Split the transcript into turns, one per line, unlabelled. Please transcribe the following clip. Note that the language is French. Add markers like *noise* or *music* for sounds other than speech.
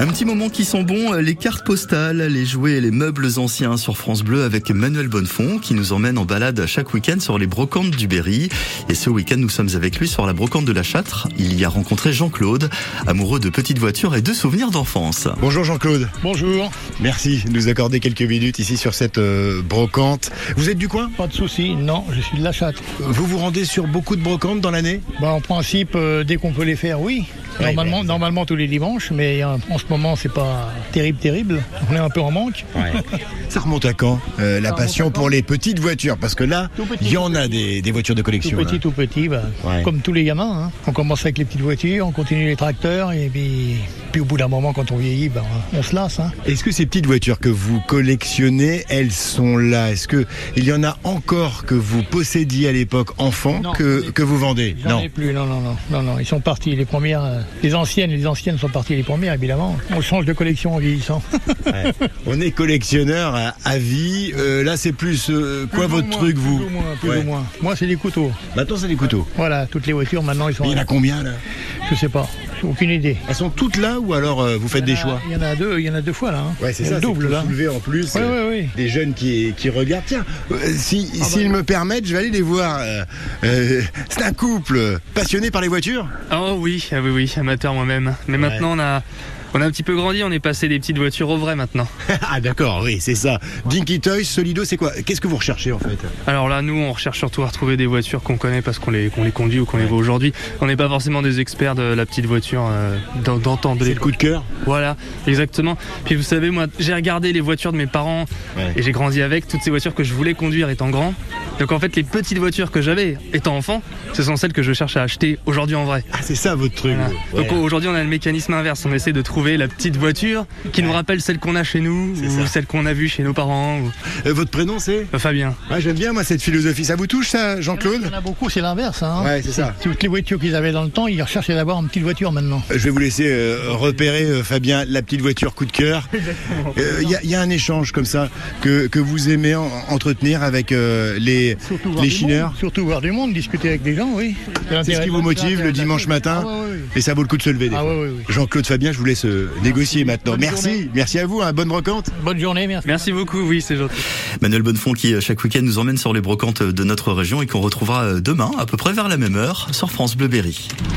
Un petit moment qui sent bon, les cartes postales, les jouets et les meubles anciens sur France Bleu avec Manuel Bonnefond qui nous emmène en balade chaque week-end sur les brocantes du Berry. Et ce week-end, nous sommes avec lui sur la brocante de la Châtre. Il y a rencontré Jean-Claude, amoureux de petites voitures et de souvenirs d'enfance.
Bonjour Jean-Claude.
Bonjour,
Merci de nous accorder quelques minutes ici sur cette euh, brocante. Vous êtes du coin
pas de souci, non, je suis de la chatte.
Vous vous rendez sur beaucoup de brocantes dans l'année
Bah, en principe, euh, dès qu'on peut les faire, oui.
Oui,
Normalement,
mais-
normalement tous les dimanches, mais euh, en ce moment, c'est pas terrible, terrible. On est un peu en manque.
*laughs* Ça remonte à quand euh, La
Ça
passion
remonte à
pour les petites voitures Parce que là,
Tout petit,
il y
tout
en a des, des voitures de
Tout
collection.
petit,
hein.
tout petit, bah,
Ouais.
comme tous les gamins. hein. On commence avec les petites voitures, on continue les tracteurs, et puis, puis au bout d'un moment, quand on vieillit, bah, on se lasse. hein.
Est-ce que ces petites voitures que vous collectionnez, elles sont là Est-ce que il y en a encore que vous possédiez à l'époque enfant
Non, j'en
que,
ai-
que vous vendez
J'en ai plus, non, non, non, non, non, ils sont partis, les premières, euh, les anciennes, les anciennes sont parties les premières, évidemment. On change de collection en vieillissant.
*laughs* On est collectionneur à, à vie. Euh, là, c'est plus euh,
*laughs*
quoi
Plus ou
votre
moins,
truc, vous
Plus ou moins, plus
Ouais.
ou moins. Moi, c'est des couteaux.
Maintenant, c'est des couteaux.
Voilà, toutes les voitures, maintenant, ils sont.
Mais il y en a combien là
Je sais pas, j'ai aucune idée.
Elles sont toutes là ou alors euh, vous faites des
Il y en a-
choix
Il y en a deux, il y en a deux fois là. hein.
Ouais, c'est
Il y a
ça,
le double
c'est
là.
soulevé en plus.
Ouais,
euh,
ouais, ouais.
Des jeunes qui, qui regardent. Tiens, euh, si, s'ils me permettent, je vais aller les voir. euh, euh, c'est un couple passionné par les voitures.
Oh oui, ah oui, oui, amateur moi-même. Mais maintenant, on a, on a un petit peu grandi, on est passé des petites voitures au vrai maintenant.
*laughs* ah, d'accord, oui, c'est ça. Dinky Toys, Solido, c'est quoi Qu'est-ce que vous recherchez en fait
Alors là, nous, on recherche surtout à retrouver des voitures qu'on connaît parce qu'on les, qu'on les conduit ou qu'on les voit aujourd'hui. On n'est pas forcément des experts de la petite voiture euh, d'an- d'antan, de
C'est le
l'époque.
coup de cœur
Voilà, exactement. Puis vous savez, moi, j'ai regardé les voitures de mes parents
Ouais.
et j'ai grandi avec toutes ces voitures que je voulais conduire étant grand. Donc en fait, les petites voitures que j'avais étant enfant, ce sont celles que je cherche à acheter aujourd'hui en vrai.
Ah, c'est ça votre truc.
Voilà.
ouais.
Donc aujourd'hui, on a le mécanisme inverse. On essaie de trouver la petite voiture qui nous rappelle celle qu'on a chez nous
C'est
ou
ça.
celle qu'on a vue chez nos parents. Ou...
Euh, votre prénom c'est
Euh, Fabien.
Ah, J'aime bien moi cette philosophie. Ça vous touche ça,
Il y
Jean-Claude
en a beaucoup, c'est l'inverse. Hein.
Ouais, c'est ça.
Toutes les voitures qu'ils avaient dans le temps, ils recherchent d'avoir une petite voiture maintenant.
Je vais vous laisser euh, repérer, euh, Fabien, la petite voiture coup de cœur. Euh, Il y, a- il y a un échange comme ça que, que vous aimez en- entretenir avec euh, les,
Surtout voir
les
du
chineurs.
monde, Surtout voir du monde, discuter avec des gens, oui.
C'est ce qui vous motive le dimanche matin.
Ah, ouais, ouais, ouais.
Et ça vaut le coup de se lever. des
Ah,
fois.
ouais, ouais, ouais.
Jean-Claude Fabien, je vous laisse euh, négocier maintenant.
Bonne
merci,
journée.
merci à vous, hein, bonne brocante.
Bonne journée, merci.
Merci beaucoup, oui, c'est gentil.
Manuel Bonnefond qui euh, chaque week-end nous emmène sur les brocantes de notre région et qu'on retrouvera euh, demain à peu près vers la même heure sur France Bleu Berry.